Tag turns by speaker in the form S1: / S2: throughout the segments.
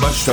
S1: baixo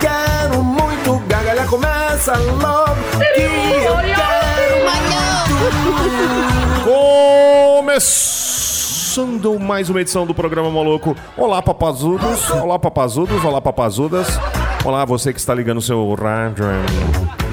S1: quero muito gagalhar. Começa logo que eu quero
S2: Começando mais uma edição do programa Moloco. Olá, papazudos. Olá, papazudos. Olá, papazudas. Olá, você que está ligando o seu rádio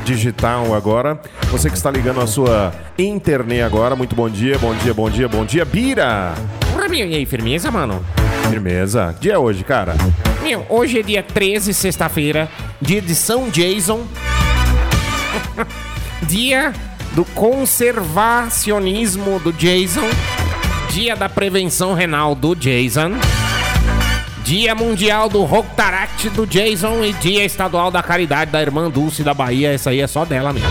S2: digital agora. Você que está ligando a sua internet agora. Muito bom dia, bom dia, bom dia, bom dia. Bira!
S3: Rabinho, e aí, firmeza, mano?
S2: Firmeza. Que dia é hoje, cara?
S3: Meu, hoje é dia 13, sexta-feira, dia de São Jason, dia do conservacionismo do Jason, dia da prevenção renal do Jason, dia mundial do Rotaract do Jason e dia estadual da caridade da irmã Dulce da Bahia. Essa aí é só dela mesmo.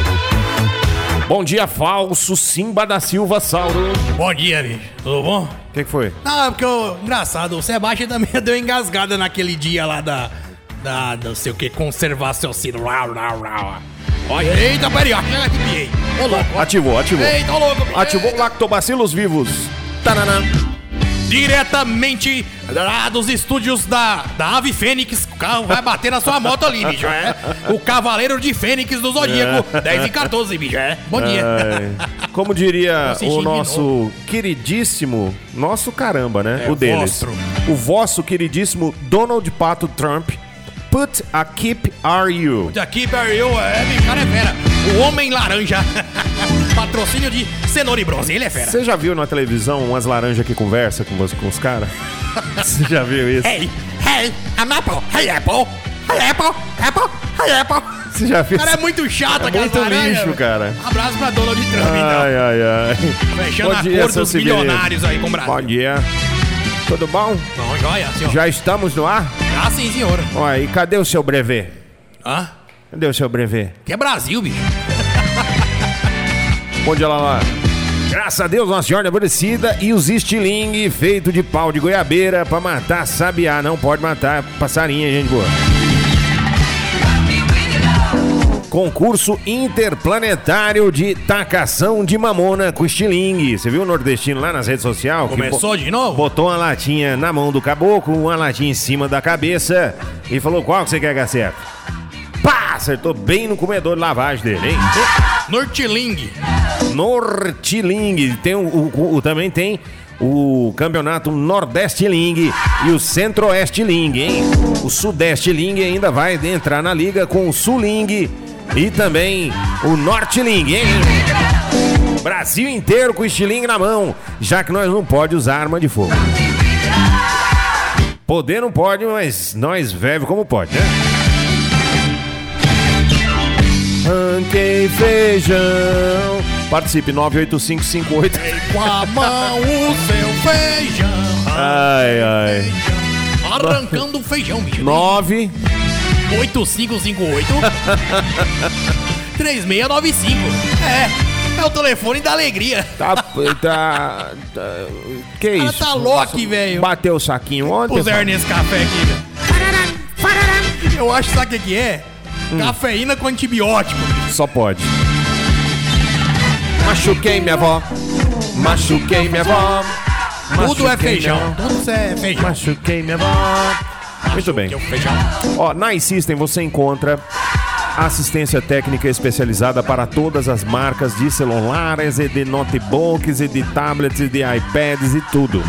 S3: Bom dia, falso Simba da Silva Sauro.
S4: Bom dia, bicho. Tudo bom?
S2: O que, que foi?
S4: Não, é porque eu... Engraçado, o Sebastião também deu engasgada naquele dia lá da... Da... Não sei o que, conservação. assim, rau, rau, rau. Olha, eita, peraí, ó. Chega aqui, piei. Ô, louco. ó.
S2: Ativou, ativou.
S4: Eita, ô, louco. piei.
S2: Ativou lactobacilos vivos. Tananã.
S4: Diretamente lá dos estúdios da, da Ave Fênix. O carro vai bater na sua moto ali, bicho, é? O Cavaleiro de Fênix do Zodíaco. 10 e 14, bicho, é? Bom dia.
S2: Ai, Como diria
S4: assisti
S2: o
S4: de
S2: nosso queridíssimo, nosso caramba, né? o deles.
S4: É, vostro.
S2: O vosso queridíssimo Donald Pato Trump. Put a keep are you?
S4: Daqui, Barry, eu- é, bicho, o cara é fera. O Homem Laranja. Patrocínio de Cenoura e Bronze. Ele é fera.
S2: Você já viu na televisão umas laranjas que conversa com os, com os caras? Você já viu isso?
S4: Hey, hey, I'm Apple. Hey, Apple. Hey, Apple. Apple. Hey, Apple.
S2: Você já viu?
S4: O cara é muito chato,
S2: É muito
S4: aquela laranja,
S2: lixo,
S4: velho.
S2: cara.
S4: Abraço pra Donald Trump,
S2: Ai, ai, ai.
S4: então. Fechando a cor
S2: seu
S4: dos
S2: Sibirito.
S4: bilionários aí com o Brasil.
S2: Bom dia. Tudo bom?
S4: Bom, joia, senhor.
S2: Já estamos no ar?
S4: Ah, sim, senhor.
S2: Ó, e cadê o seu brevet?
S4: Hã?
S2: Cadê o seu brevet?
S4: Que é Brasil, bicho.
S2: Bom dia, Lala. Graças a Deus, Nossa Senhora Aparecida e os estilingue feito de pau de goiabeira pra matar sabiá. Não pode matar passarinha, gente boa. Concurso interplanetário de tacação de mamona com estilingue. Você viu o nordestino lá nas redes sociais? Que
S4: Começou
S2: bo-
S4: de novo?
S2: Botou uma latinha na mão do caboclo, uma latinha em cima da cabeça e falou qual que você quer que acerte. Pá! Acertou bem no comedor de lavagem dele, hein?
S4: Nortiling.
S2: Nortiling. Tem o, o- o- também tem o campeonato Nordeste Ling e o Centro-Oeste Ling, hein? O Sudeste Ling ainda vai entrar na liga com o Sul Ling e também o Norte Ling, hein? Brasil inteiro com o estilingue na mão, já que nós não pode usar arma de fogo. Poder não pode, mas nós veve como pode, né? Ranquei feijão. Participe 98558.
S4: Com a mão o seu feijão.
S2: Ai, ai.
S4: Arrancando o feijão, bicho.
S2: 9.
S4: 8558 3695. É, é o telefone da alegria.
S2: Tá, tá, tá. Que
S4: Ela
S2: isso?
S4: tá Loki, velho.
S2: Bateu o saquinho ontem.
S4: Puser nesse café aqui, velho. Eu acho, sabe o que que é? Cafeína com antibiótico.
S2: Só pode. Machuquei minha avó. Machuquei minha avó.
S4: Tudo é
S2: Machuquei
S4: feijão.
S2: minha-
S4: Tudo isso é feijão.
S2: Machuquei minha avó. Muito bem.
S4: Que é o feijão.
S2: Ó, na iSystem você encontra assistência técnica especializada para todas as marcas de celulares e de notebooks e de tablets e de iPads e tudo.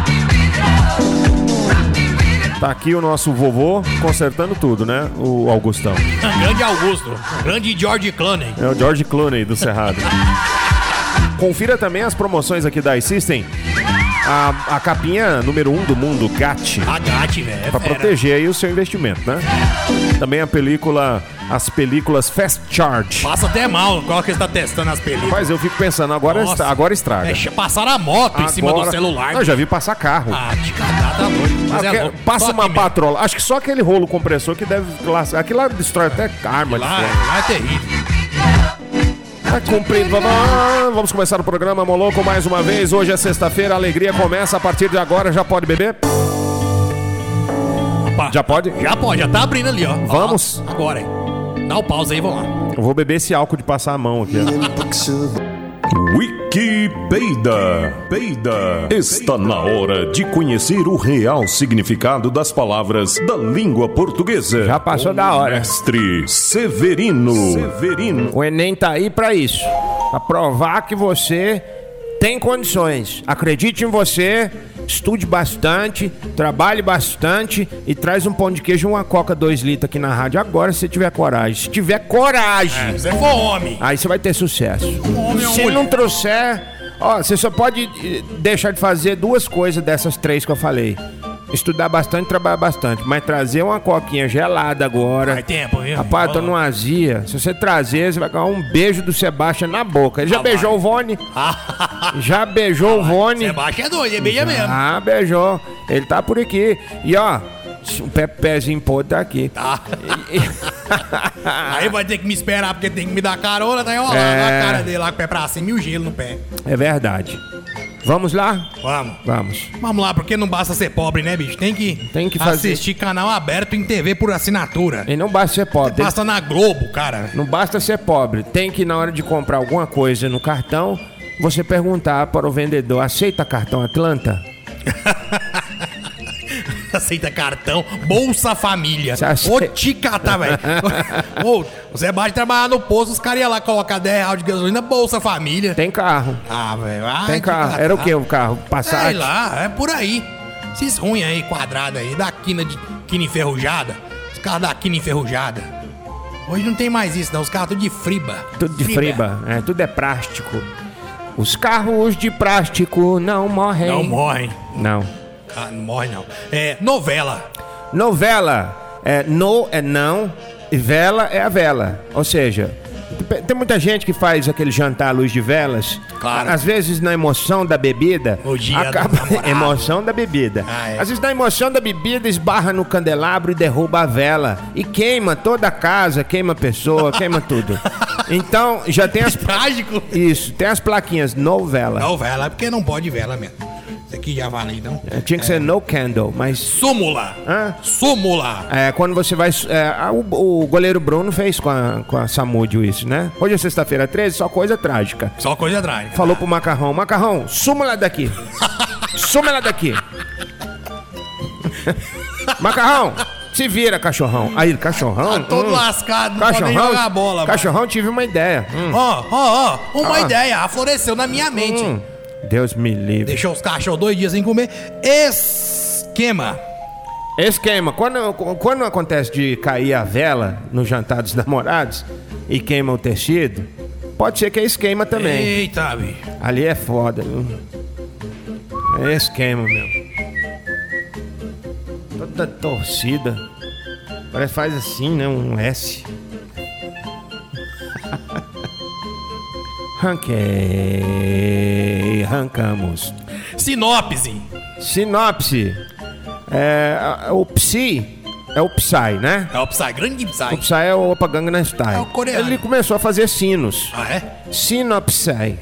S2: Tá aqui o nosso vovô consertando tudo, né? O Augustão.
S4: Grande Augusto. Grande George Clooney.
S2: É o George Clooney do Cerrado. Confira também as promoções aqui da iSystem. A, a capinha número 1 um do mundo, GAT.
S4: Agate, velho. É
S2: Pra
S4: fera.
S2: proteger aí o seu investimento, né? Também a película, as películas Fast Charge.
S4: Passa até mal qual que está testando as películas.
S2: Mas eu fico pensando, agora,
S4: Nossa.
S2: estra- agora estraga.
S4: É, che- passaram a moto em cima do
S2: Agora-
S4: celular.
S2: Eu já vi passar carro.
S4: Ah, de cadá tá doido. Mas
S2: Ah,
S4: é
S2: que-
S4: louco.
S2: passa
S4: Só
S2: uma
S4: aqui mesmo.
S2: patrola. Acho que só aquele rolo compressor que deve. Aquilo lá destrói até arma. de
S4: Lá,
S2: fogo.
S4: lá é terrível.
S5: Tá cumprido. Vamos- Vamos começar o programa Moloco mais uma vez. Hoje é sexta-feira, a alegria começa a partir de agora. Já pode beber?
S4: Opa.
S5: Já pode?
S4: Já pode, já tá abrindo ali, ó. Ó,
S5: Vamos.
S4: agora, hein? Dá o pause aí, vamos lá.
S5: Eu vou beber esse álcool de passar a mão aqui. ó.
S3: Wiki Peida. Peida. Está na hora de conhecer o real significado das palavras da língua portuguesa.
S2: Já passou da hora.
S3: Mestre Severino. Severino.
S2: O Enem tá aí pra isso. Pra provar que você tem condições. Acredite em você, estude bastante, trabalhe bastante e traz um pão de queijo e uma coca 2 litros aqui na rádio agora se tiver coragem. Se tiver coragem,
S4: Você for homem.
S2: aí você vai ter sucesso.
S4: É. Um homem ou
S2: Se
S4: mulher?
S2: não trouxer, ó, você só pode eh, deixar de fazer duas coisas dessas três que eu falei. Estudar bastante, trabalhar bastante, mas trazer uma coquinha gelada agora.
S4: Faz tempo, viu?
S2: É. Rapaz, eu tô numa azia. Se você trazer, você vai ganhar um beijo do Sebastião na boca. Ele já
S4: Ah,
S2: beijou
S4: vai.
S2: o Vone? já beijou o Vone?
S4: Sebastião é doido, é beija mesmo.
S2: Ah, beijou. Ele tá por aqui. E ó, o pe- pezinho podre tá aqui.
S4: Aí vai ter que me esperar porque tem que me dar carona, tá enrolando
S2: Ah. É.
S4: a cara dele lá com o pé pra cima e o gelo no pé.
S2: É verdade. Vamos lá?
S4: Vamos.
S2: Vamos.
S4: Vamos lá, porque não basta ser pobre, né, bicho? Tem que,
S2: Tem que fazer.
S4: assistir canal aberto em TV por assinatura.
S2: E não basta ser pobre. tem-
S4: Passa na Globo, cara.
S2: Não basta ser pobre. Tem que, na hora de comprar alguma coisa no cartão, você perguntar para o vendedor: aceita cartão Atlanta?
S4: Aceita cartão, Bolsa Família.
S2: Você acha-
S4: Ô, ticata, velho. Ô, o Sebastião trabalhava no posto, os caras iam lá colocar 10 reais de gasolina, Bolsa Família.
S2: Tem carro.
S4: Ah, velho.
S2: Tem carro. Era o Um que o carro? Passat?
S4: Sei lá, é por aí. Esses ruins aí, quadrado aí, da quina de quina enferrujada. Os carros da quina enferrujada. Hoje não tem mais isso, não. Os carros tudo de friba.
S2: Tudo de friba, é, tudo é plástico. Os carros de plástico não morrem.
S4: Não morre.
S2: Não.
S4: Ah, não morre, não. É, novela.
S2: Novela é no é não e vela é a vela. Ou seja, pe- tem muita gente que faz aquele jantar à luz de velas.
S4: Claro.
S2: Às vezes na emoção da bebida,
S4: O dia do namorado.
S2: emoção da bebida.
S4: Ah, é.
S2: Às vezes na emoção da bebida esbarra no candelabro e derruba a vela e queima toda a casa, queima a pessoa, queima tudo. Então, já tem as
S4: Trágico.
S2: Isso, tem as plaquinhas novela.
S4: Novela, é porque não pode vela mesmo. Isso aqui já vale, então.
S2: É, Tinha que ser no candle, mas.
S4: Súmula.
S2: Hã?
S4: Súmula.
S2: É, quando você vai. é, ah, o, o goleiro Bruno fez com a, com a Samúdio isso, né? Hoje é sexta-feira 13, só coisa trágica.
S4: Só coisa trágica.
S2: Falou pro Macarrão: Macarrão, suma lá daqui. Suma lá daqui. macarrão, se vira, cachorrão. Aí, ele, cachorrão?
S4: Tá todo
S2: Hum.
S4: lascado, não pode nem
S2: Cachorrão,
S4: jogar bola. mano.
S2: cachorrão, tive uma ideia. Hum,
S4: Ó, ó, ó. Uma
S2: Ah.
S4: ideia afloreceu na minha mente.
S2: hum. Deus me livre.
S4: Deixou os cachorros dois dias sem comer. Esquema.
S2: Esquema. Quando, quando acontece de cair a vela no jantar dos namorados e queima o tecido, pode ser que é esquema também.
S4: Eita, bicho.
S2: Ali é foda, viu? É esquema mesmo. Toda torcida. Parece faz assim, né? Um S. Ranquei. Arrancamos.
S4: Sinopse.
S2: Sinopse. É, a- a- o Psi é o Psy, né?
S4: É o Psy, grande
S2: O
S4: Psy.
S2: Psy é o Opa Gangnam Style.
S4: É o coreano.
S2: Ele começou a fazer sinos.
S4: Ah, é?
S2: Sinopse.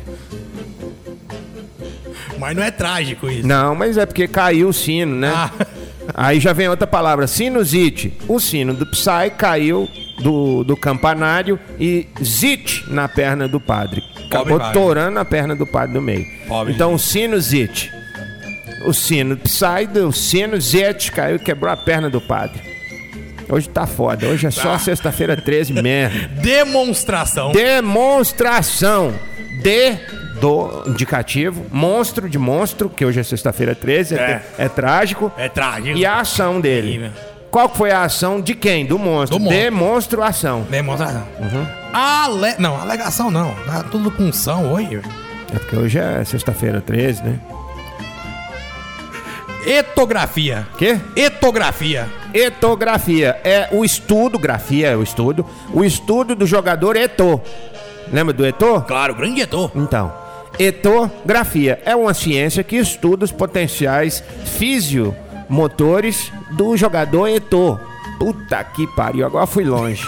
S4: Mas não é trágico isso.
S2: Não, mas é porque caiu o sino, né?
S4: Ah.
S2: Aí já vem outra palavra, sinusite. O sino do Psy caiu do, do campanário e zit na perna do padre. Acabou
S4: padre.
S2: torando a perna do padre no meio.
S4: Pobre
S2: então o sinusite. O sino do Psy, do sino zit, caiu e quebrou a perna do padre. Hoje tá foda, hoje é só sexta-feira 13 mesmo.
S4: Demonstração.
S2: Demonstração de do indicativo, monstro de monstro, que hoje é sexta-feira 13, é, é trágico,
S4: É trágico.
S2: e a ação dele.
S4: Terrível.
S2: Qual que foi a ação de quem? Do monstro.
S4: Do monstro.
S2: Demonstração.
S4: Demonstração.
S2: Uhum.
S4: Ale... Não, alegação não. Tá tudo com são hoje.
S2: É porque hoje é sexta-feira 13, né?
S4: Etografia.
S2: Quê?
S4: Etografia.
S2: Etografia é o estudo, grafia é o estudo, o estudo do jogador Eto. Lembra do Eto?
S4: Claro, grande etor.
S2: Então, etografia é uma ciência que estuda os potenciais fisiomotores do jogador etô. Puta que pariu, agora fui longe.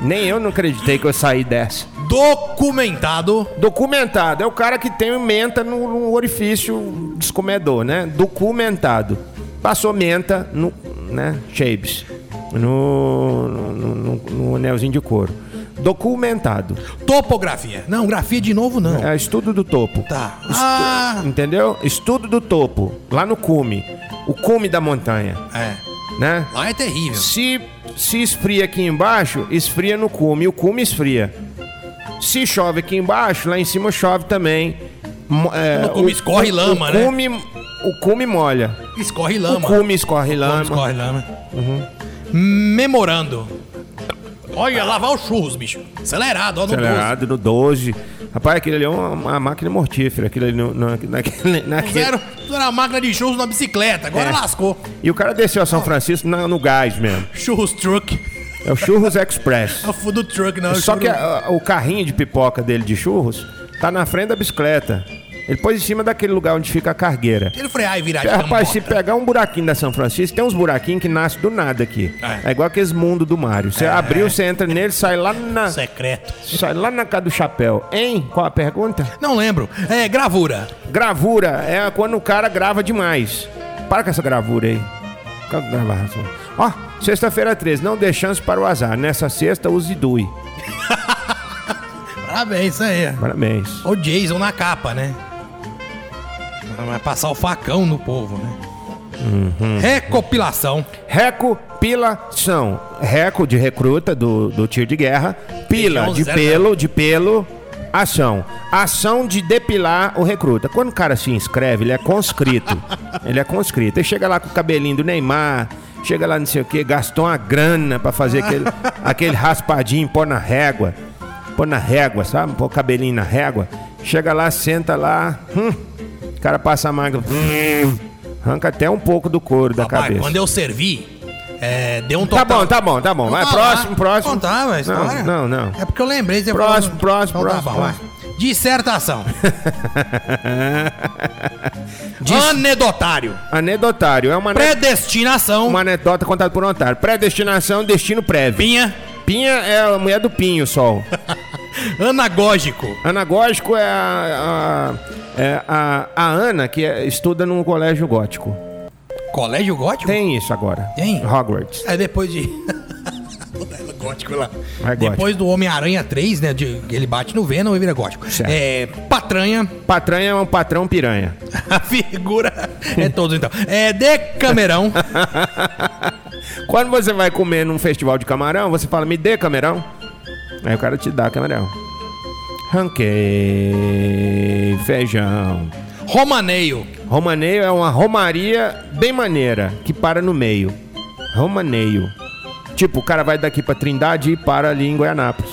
S2: Nem eu não acreditei que eu saí dessa.
S4: Documentado.
S2: Documentado é o cara que tem menta no, no orifício descomedor, né? Documentado. Passou menta no, né? Shapes. No, no, no- no anelzinho de couro. Documentado.
S4: Topografia. Não, grafia de novo não.
S2: É estudo do topo.
S4: Tá. Ah,
S2: Entendeu? Estudo do topo. Lá no cume. O cume da montanha,
S4: é.
S2: né?
S4: Lá é terrível.
S2: Se, se esfria aqui embaixo, esfria no cume. e O cume esfria. Se chove aqui embaixo, lá em cima chove também. Mo- é,
S4: No cume escorre lama,
S2: o
S4: né?
S2: cume, O cume molha.
S4: Escorre
S2: O
S4: lama.
S2: cume escorre lama. Uhum.
S4: Escorre lama. Memorando. Olha, lavar os churros, bicho. Acelerado, ó, no Acelerado.
S2: Acelerado no 12. Rapaz, aquele ali é uma, uma máquina mortífera. Aquele ali no, no- naquele, naquele-
S4: Zero, zero a máquina de churros na bicicleta. Agora
S2: É.
S4: lascou.
S2: E o cara desceu a São Francisco na- no gás mesmo.
S4: Churros truck.
S2: É o Churros Express.
S4: É o food truck, não. é o
S2: Só que
S4: churro-
S2: a- a- o carrinho de pipoca dele de churros tá na frente da bicicleta. Ele pôs em cima daquele lugar onde fica a cargueira.
S4: Ele frear e virar de
S2: É, rapaz, se
S4: cambota.
S2: pegar um buraquinho da São Francisco, tem uns buraquinhos que nascem do nada aqui.
S4: É.
S2: É, igual aqueles mundo do Mário. Você abriu, você entra nele, sai lá na.
S4: Secreto.
S2: Sai lá na casa do chapéu. Hein? Qual a pergunta?
S4: Não lembro. É, gravura.
S2: Gravura é quando o cara grava demais. Para com essa gravura aí. Fica com gravação. Ó, sexta-feira 13, não dê chance para o azar. Nessa sexta, use Dui.
S4: Parabéns, isso aí.
S2: Parabéns.
S4: O Jason na capa, né? Vai passar o facão no povo, né?
S2: Uhum.
S4: Recopilação.
S2: Recopilação. Reco de recruta do, do tiro de guerra. Pila
S4: Feijão
S2: de
S4: zero né?
S2: pelo, de pelo. Ação. Ação de depilar o recruta. Quando o cara se inscreve, ele é conscrito. ele é conscrito. Ele chega lá com o cabelinho do Neymar, chega lá não sei o quê, gastou uma grana pra fazer aquele, aquele raspadinho, pôr na régua. Pôr na régua, sabe? Pôr o cabelinho na régua. Chega lá, senta lá. hum, o cara passa a manga. hum, arranca até um pouco do couro da
S4: Rapaz,
S2: cabeça.
S4: quando eu servi, é, deu um
S2: Tá
S4: total...
S2: bom, tá bom, tá bom. Vai,
S4: Não tá
S2: próximo,
S4: lá.
S2: próximo.
S4: Contar, mas
S2: não,
S4: história.
S2: não, não.
S4: É porque eu lembrei. Você
S2: Próximo, próximo,
S4: Então tá
S2: próximo,
S4: bom, vai. Dissertação. Anedotário.
S2: Anedotário é uma, ane-
S4: Predestinação.
S2: uma anedota contada por um otário. Predestinação, destino prévio.
S4: Pinha.
S2: Pinha é a mulher do Pinho, sol.
S4: Anagógico.
S2: Anagógico é a, a, é a, a Ana, que é- estuda num colégio gótico.
S4: Colégio gótico?
S2: Tem isso agora.
S4: Tem?
S2: Hogwarts.
S4: É depois de. Puta, é gótico lá.
S2: É gótico.
S4: Depois do Homem-Aranha 3, né? de- ele bate no Venom e vira gótico.
S2: Certo.
S4: É. Patranha.
S2: Patranha é um patrão piranha.
S4: A figura. É todos então. É Decamerão.
S2: Quando você vai comer num festival de camarão, você fala, me dê camarão. Aí o cara te dá camarão. Ranquei feijão.
S4: Romaneio.
S2: Romaneio é uma romaria bem maneira, que para no meio. Romaneio. Tipo, o cara vai daqui pra Trindade e para ali em Goianápolis.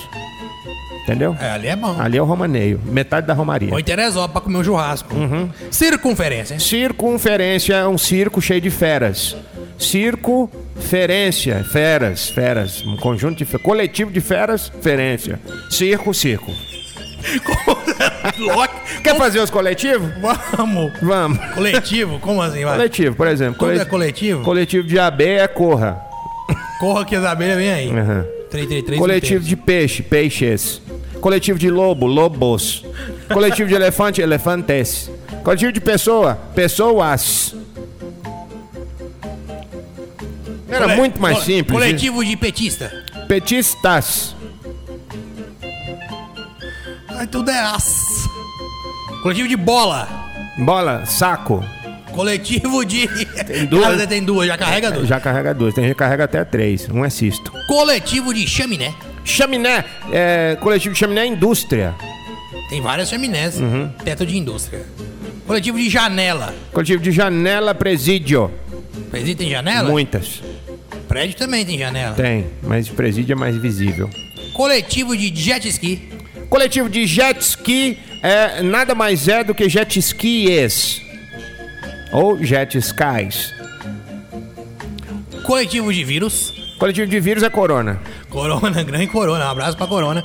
S2: Entendeu?
S4: É, ali é bom.
S2: Ali é o romaneio, metade da romaria.
S4: Ou em Teresópolis pra comer um churrasco.
S2: Uhum.
S4: Circunferência.
S2: Circunferência é um circo cheio de feras. Circunferência, feras, feras, um conjunto de fe- coletivo de feras, ferência. Circo, circo.
S4: Loki.
S2: Quer fazer os coletivos?
S4: Vamos.
S2: Vamos.
S4: Coletivo? Como assim? Vai?
S2: Coletivo, por exemplo.
S4: É. Tudo
S2: cole-
S4: é coletivo?
S2: Coletivo de AB é corra.
S4: Corra que as abelhas vem aí.
S2: Aham.
S4: 333
S2: É. Coletivo
S4: inteiro.
S2: de peixe, peixes. Coletivo de lobo, lobos. Coletivo de elefante, elefantes. Coletivo de pessoa, pessoas. Era
S4: Cole-
S2: muito mais
S4: cole-
S2: simples. hein?
S4: Coletivo de petista.
S2: Petistas.
S4: Ai, tudo é as. Coletivo de bola.
S2: Bola, saco.
S4: Coletivo de.
S2: duas. É,
S4: Ah, você tem duas, já carrega duas.
S2: Já carrega dois, tem gente que carrega até três. Um é cisto.
S4: Coletivo de chaminé.
S2: Chaminé. é, coletivo de chaminé é indústria.
S4: Tem várias chaminés.
S2: Uhum.
S4: Teto de indústria. Coletivo de janela.
S2: Coletivo de janela, presídio.
S4: Presídio tem janela?
S2: Muitas.
S4: Prédio também tem janela.
S2: Tem, mas presídio é mais visível.
S4: Coletivo de jet ski.
S2: Coletivo de jet ski é nada mais é do que jet skis. Ou jet skies.
S4: Coletivo de vírus.
S2: Coletivo de vírus é corona.
S4: Corona, grande corona. Um abraço pra corona.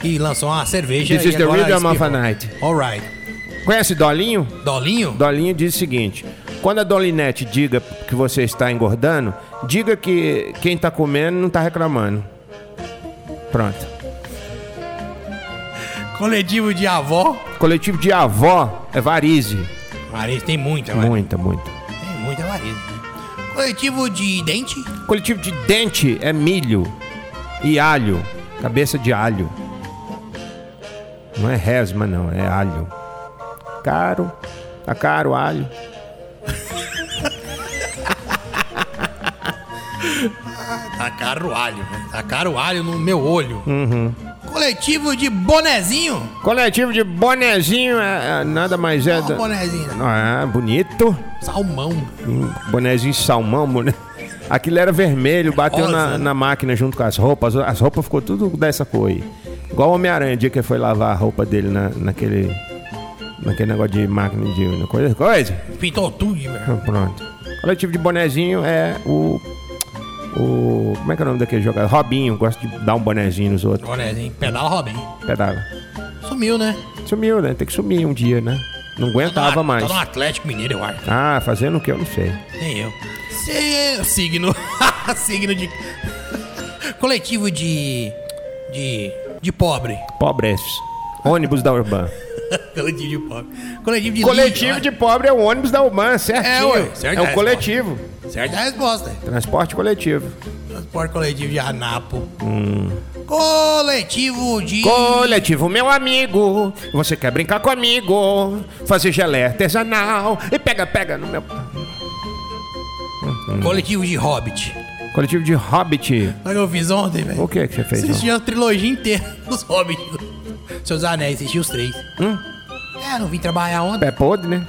S4: Que lançou uma cerveja.
S2: This
S4: e
S2: is the
S4: agora
S2: rhythm of a
S4: espirrou.
S2: night.
S4: Alright.
S2: Conhece Dolinho?
S4: Dolinho?
S2: Dolinho diz o seguinte: quando a Dolinete diga que você tá está engordando, diga que quem está comendo não está reclamando.
S3: Pronto.
S4: Coletivo de avó.
S2: Coletivo de avó é varize.
S4: Variz, tem muita, vai.
S2: Muita, muita.
S4: Tem muita variz. né? Coletivo de dente.
S2: Coletivo de dente é milho e alho. Cabeça de alho. Não é resma, não, é alho. Caro. Tá caro o alho.
S4: Tá caro o alho, né? Tá caro o alho no meu olho.
S2: Uhum.
S4: Coletivo de bonezinho.
S2: Coletivo de bonezinho é, é nada mais é.
S4: Ó,
S2: do-
S4: bonezinho. né?
S2: Ah, bonito.
S4: Salmão.
S2: Hum, Bonezinho de salmão, boné. Aquilo era vermelho, bateu na,
S4: Rosa.
S2: na máquina junto com as roupas. As, as roupas ficou tudo dessa cor aí. Igual o Homem-Aranha, dia que foi lavar a roupa dele na, naquele. Naquele negócio de máquina de coisa. coisa.
S4: Pintou tudo, velho.
S2: Então, Pronto. Coletivo de bonezinho é o. O. Como é que é o nome daquele jogador? Robinho, gosta de dar um bonezinho nos outros.
S4: Bonezinho. Pedala Robin.
S2: Pedala.
S4: Sumiu, né?
S2: Sumiu, né? Tem que sumir um dia, né? Não
S4: Tá
S2: aguentava
S4: no-
S2: mais.
S4: Tá no Atlético Mineiro, eu acho.
S2: Ah, fazendo o que? Eu não sei.
S4: Nem eu. Se- Signo. Signo de. Coletivo de. De. De pobre.
S2: Pobres. Ônibus da Urban.
S4: Coletivo de pobre. Coletivo de.
S2: Coletivo
S4: lixo, né?
S2: de pobre é o ônibus da UMAN,
S4: É,
S2: certinho.
S4: ué,
S2: É,
S4: certo,
S2: um
S4: é,
S2: coletivo.
S4: né? Certa a resposta.
S2: Transporte coletivo.
S4: Transporte coletivo de Anapo. Coletivo de.
S2: Hum. Coletivo, meu amigo. Você quer brincar comigo? Fazer gelé artesanal e pega, pega no meu.
S4: Coletivo de Hobbit.
S2: Coletivo de hobbit.
S4: Sabe o que eu fiz ontem, velho?
S2: O que que você fez?
S4: Assisti a trilogia inteira dos Hobbits. Seus Anéis, assisti os três.
S2: Hum?
S4: É, não vim trabalhar ontem.
S2: Pé podre, né?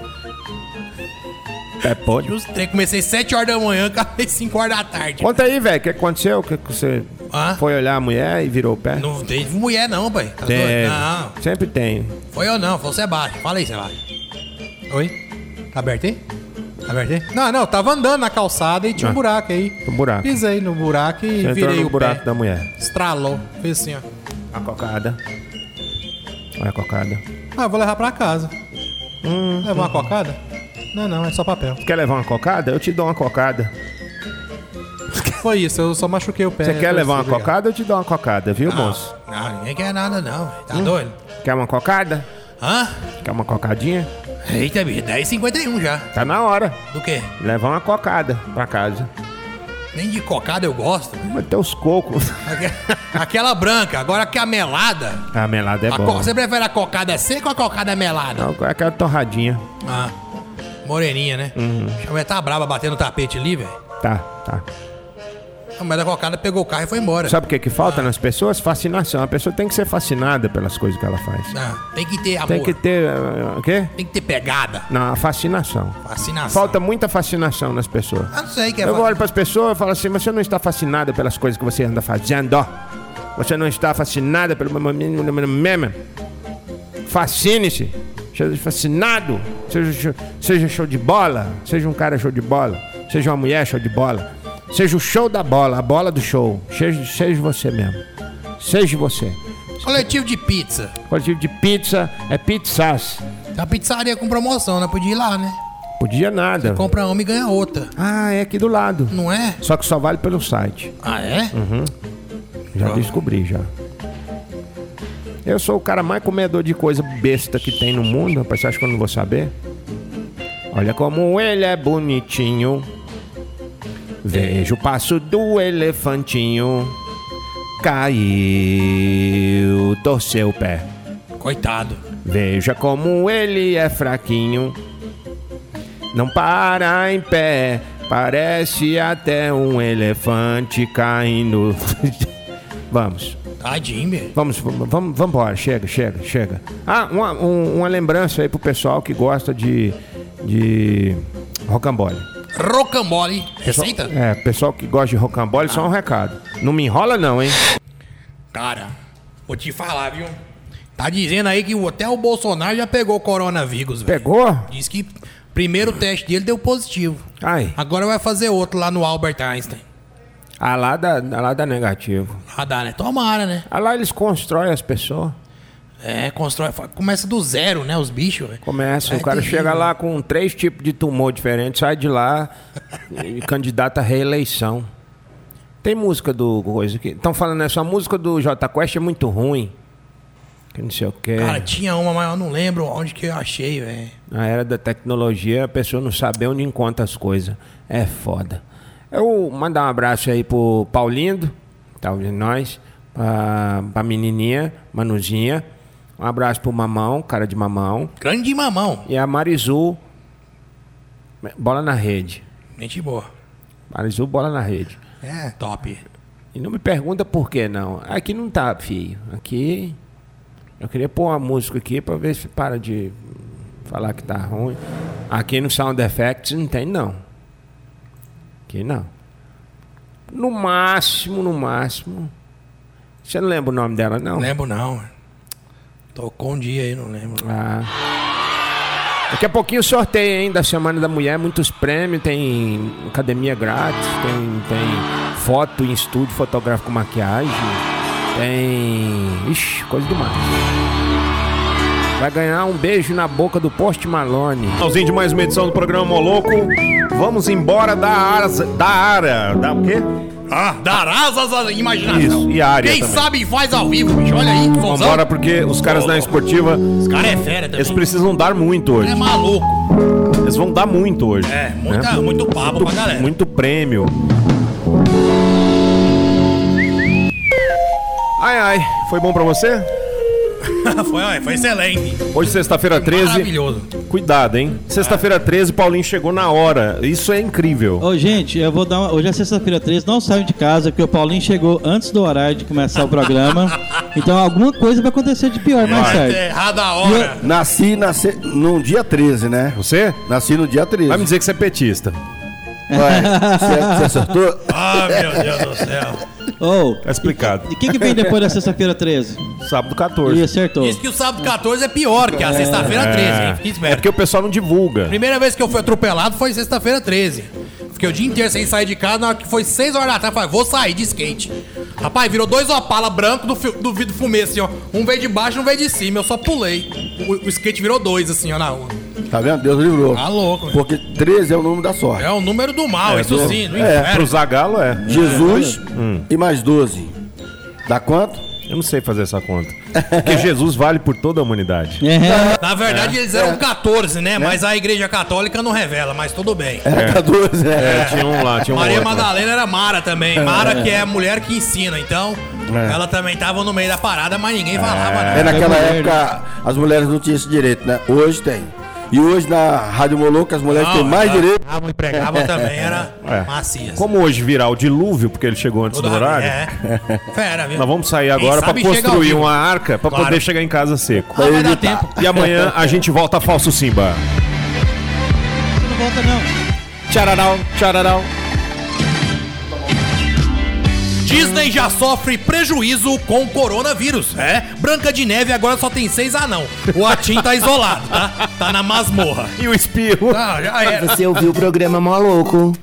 S2: Pé
S4: E
S2: podre.
S4: os três, comecei 7 horas da manhã, acabei 5 horas da tarde.
S2: Conta aí, velho, o que aconteceu? O que que você
S4: Hã?
S2: foi olhar a mulher e virou o pé?
S4: Não teve mulher não, pai. Tá
S2: Teve.
S4: doido? Não,
S2: Sempre tem.
S4: foi eu não, foi o Sebastião. Fala aí, Sebastião. Oi? Tá aberto aí? Tá aberto aí? Não, não, eu tava andando na calçada e tinha
S2: Ah.
S4: um buraco aí.
S2: Um buraco.
S4: Pisei no buraco e
S2: Você entrou
S4: virei
S2: no
S4: o
S2: buraco
S4: pé.
S2: da mulher.
S4: Estralou. Fez assim, ó.
S2: A cocada. Olha a cocada.
S4: Ah, eu vou levar pra casa.
S2: Hum.
S4: Levar uma cocada? Não, não, é só papel.
S2: Quer levar uma cocada? Eu te dou uma cocada.
S6: Foi isso, eu só machuquei o pé.
S4: É,
S2: Você quer
S6: Foi
S2: levar uma
S6: isso, obrigado.
S2: cocada? Eu te dou uma cocada, Hum. viu,
S4: Ah.
S2: moço?
S4: Não, ninguém quer nada não, velho. tá doido?
S2: Quer uma cocada?
S4: Hã?
S2: Quer uma cocadinha?
S4: Eita, bicho, 10h51 já.
S2: Tá na hora.
S4: Do quê?
S2: Levar uma cocada pra casa.
S4: Nem de cocada eu gosto.
S2: Mas tem os cocos.
S4: Aque- Aquela branca, agora que é a melada.
S2: A melada é
S4: a co-
S2: boa.
S4: Você prefere a cocada seca ou a cocada melada?
S2: Não, é Aquela torradinha.
S4: Ah, moreninha, né?
S2: Uhum.
S4: A mulher tá braba batendo o tapete ali, velho.
S2: Tá, tá.
S4: A mulher da cocada pegou o carro e foi embora.
S2: Sabe o que, que falta nas pessoas? Fascinação. A pessoa tem que ser fascinada pelas coisas que ela faz.
S4: Ah, tem que ter amor.
S2: Tem que ter. eh, O quê?
S4: tem que ter pegada.
S2: Não, a fascinação.
S4: Fascinação.
S2: Falta muita fascinação nas pessoas.
S4: Ah, não sei o que é
S2: Eu
S4: fa-
S2: olho pras pessoas e falo assim, mas você não está fascinada pelas coisas que você anda fazendo, ó. Você não está fascinada pelo meme. Fascine-se. Seja fascinado. Seja, show- seja show de bola. Seja um cara show de bola. Seja uma mulher show de bola. Seja o show da bola, a bola do show. Seja, seja você mesmo. Seja você.
S4: Coletivo de pizza.
S2: Coletivo de pizza é pizzas.
S4: Tem uma pizzaria com promoção, né? Podia ir lá, né?
S2: Podia nada.
S4: Compra uma e ganha outra.
S2: Ah, é aqui do lado.
S4: Não é?
S2: Só que só vale pelo site.
S4: Ah, é?
S2: Já descobri, já. Eu sou o cara mais comedor de coisa besta que tem no mundo, rapaz. Você acha que eu não vou saber? Olha como ele é bonitinho. Vejo o passo do elefantinho. Caiu, torceu o pé.
S4: Coitado.
S2: Veja como ele é fraquinho. Não para em pé, parece até um elefante caindo. Vamos.
S4: Tadinho, velho.
S2: Vamos, vamos, vamos embora. Chega, chega, chega. Ah, uma, um- uma lembrança aí pro pessoal que gosta de, de rocambole.
S4: Rocambole. Receita?
S2: É, pessoal que gosta de rocambole, só um recado. Não me enrola não, hein?
S4: Cara, vou te falar, viu? Tá dizendo aí que o- até o Bolsonaro já pegou o coronavírus, velho.
S2: Pegou?
S4: Diz que primeiro teste dele deu positivo.
S2: Ai,
S4: Agora vai fazer outro lá no Albert Einstein.
S2: a lá dá, a lá dá negativo.
S4: Ah, dá, né? Tomara, né?
S2: A lá eles constroem as pessoas.
S4: É, constrói. fa- Começa do zero, né? Os bichos, velho.
S2: Começa,
S4: É
S2: o cara
S4: terrível.
S2: chega lá com três tipos de tumor diferentes, sai de lá e candidata à reeleição. Tem música do coisa que estão falando essa música do J Quest é muito ruim. Que não sei o que.
S4: Cara, tinha uma, mas eu não lembro onde que eu achei, velho.
S2: Na era da tecnologia, a pessoa não sabe onde encontra as coisas. É foda. Eu mandar um abraço aí pro Paulindo, tá ouvindo nós, pra, pra menininha, Manuzinha. Um abraço pro Mamão, cara de Mamão.
S4: Grande mamão.
S2: E a Marizu, bola na rede.
S4: Gente boa.
S2: Marizu, bola na rede.
S4: É. Top.
S2: E não me pergunta por que não. Aqui não tá, filho. Aqui. Eu queria pôr uma música aqui pra ver se para de falar que tá ruim. Aqui no Sound Effects não tem, não. Aqui não. No máximo, no máximo. Você não lembra o nome dela, não?
S4: Não lembro não. Tocou um dia aí, não lembro.
S2: Ah. Daqui a pouquinho sorteio, hein, da Semana da Mulher, muitos prêmios, tem academia grátis, tem, tem foto em estúdio, fotográfico maquiagem, tem. Ixi, coisa demais. Vai ganhar um beijo na boca do Post Malone.
S1: Finalzinho de mais uma edição do programa Moloco. Vamos embora da Ara. Da Ara. Da o quê?
S4: Ah, dar asas à imaginação.
S1: Isso, e a área
S4: Quem
S1: também.
S4: sabe faz ao vivo, bicho. Olha aí,
S1: Vamos
S4: Fonzão.
S1: embora porque os caras na esportiva.
S4: Os caras é fera também.
S1: Eles precisam dar muito hoje.
S4: É maluco.
S1: Eles vão dar muito hoje.
S4: É, muita,
S1: né?
S4: muito papo pra galera.
S1: Muito prêmio.
S2: Ai, ai.
S1: Foi bom pra você?
S4: foi, ó, foi excelente.
S1: Hoje, sexta-feira 13.
S4: Maravilhoso.
S1: Cuidado, hein? Sexta-feira 13, Paulinho chegou na hora. Isso é incrível.
S7: Ô, gente, eu vou dar uma... Hoje é sexta-feira 13, não saiam de casa, porque o Paulinho chegou antes do horário de começar o programa. Então alguma coisa vai acontecer de pior mais tarde.
S4: É errada a hora.
S8: Nasci, nasci no dia 13, né?
S1: Você?
S8: Nasci no dia 13.
S1: Vai me dizer que você é petista.
S8: Ué, você, você acertou?
S4: Ah, meu Deus do céu.
S7: Ou,
S1: Tá explicado.
S7: e o que, que vem depois da sexta-feira 13?
S1: Sábado
S7: Ih,
S1: 14.
S7: acertou.
S4: Diz que o sábado 14 é pior que a sexta-feira 13, hein? Fique
S1: É
S4: esperto.
S1: porque o pessoal não divulga.
S4: Primeira vez que eu fui atropelado foi sexta-feira 13. Fiquei o dia inteiro sem sair de casa, na hora que foi 6 horas da tarde, eu falei, vou sair de skate. Rapaz, virou dois opala branco do, fi- do vidro fumê, assim, ó. Um veio de baixo, um veio de cima, eu só pulei. O, o skate virou dois, assim, ó, na rua.
S8: Tá vendo? Deus livrou.
S4: Tá louco, velho.
S8: Porque 13 é o número da sorte.
S4: É o número do mal, isso sim, do
S1: É, pro
S4: inferno.
S1: Zagalo é.
S8: Jesus e mais 12. Dá quanto?
S1: Eu não sei fazer essa conta. Porque Jesus vale por toda a humanidade.
S7: É,
S4: Na verdade, eles eram 14, né? Mas a igreja católica não revela, mas tudo bem.
S8: Era 14, né?
S1: É, tinha um lá, tinha um
S4: Maria
S1: outro lá.
S4: Madalena era Mara também. Mara, que é a mulher que ensina, então. Ela também tava no meio da parada, mas ninguém falava, né?
S8: É, naquela
S7: mulher,
S8: época as mulheres não tinham esse direito, né? Hoje tem. E hoje na Rádio Moloco as mulheres
S4: Não, é.
S8: têm mais
S4: ela-
S8: direito.
S4: A mãe pregava também, era
S1: É.
S4: macias.
S1: Como hoje virar o dilúvio, porque ele chegou antes
S4: Toda
S1: do horário,
S4: É. Fera, viu?
S1: nós vamos sair agora
S4: Quem
S1: pra
S4: sabe chega ao
S1: construir
S4: vivo.
S1: uma arca pra
S4: Claro.
S1: poder chegar em casa seco.
S4: Ah, vai dar tempo.
S1: E amanhã a gente volta falso Simba.
S7: não volta não.
S1: Tchararau, tchararau.
S4: Disney já sofre prejuízo com o coronavírus. É, Branca de Neve agora só tem seis anão. O Atim tá isolado, tá? Tá na masmorra.
S1: E o espirro.
S4: Ah, já era.
S8: Você ouviu o programa Moloco.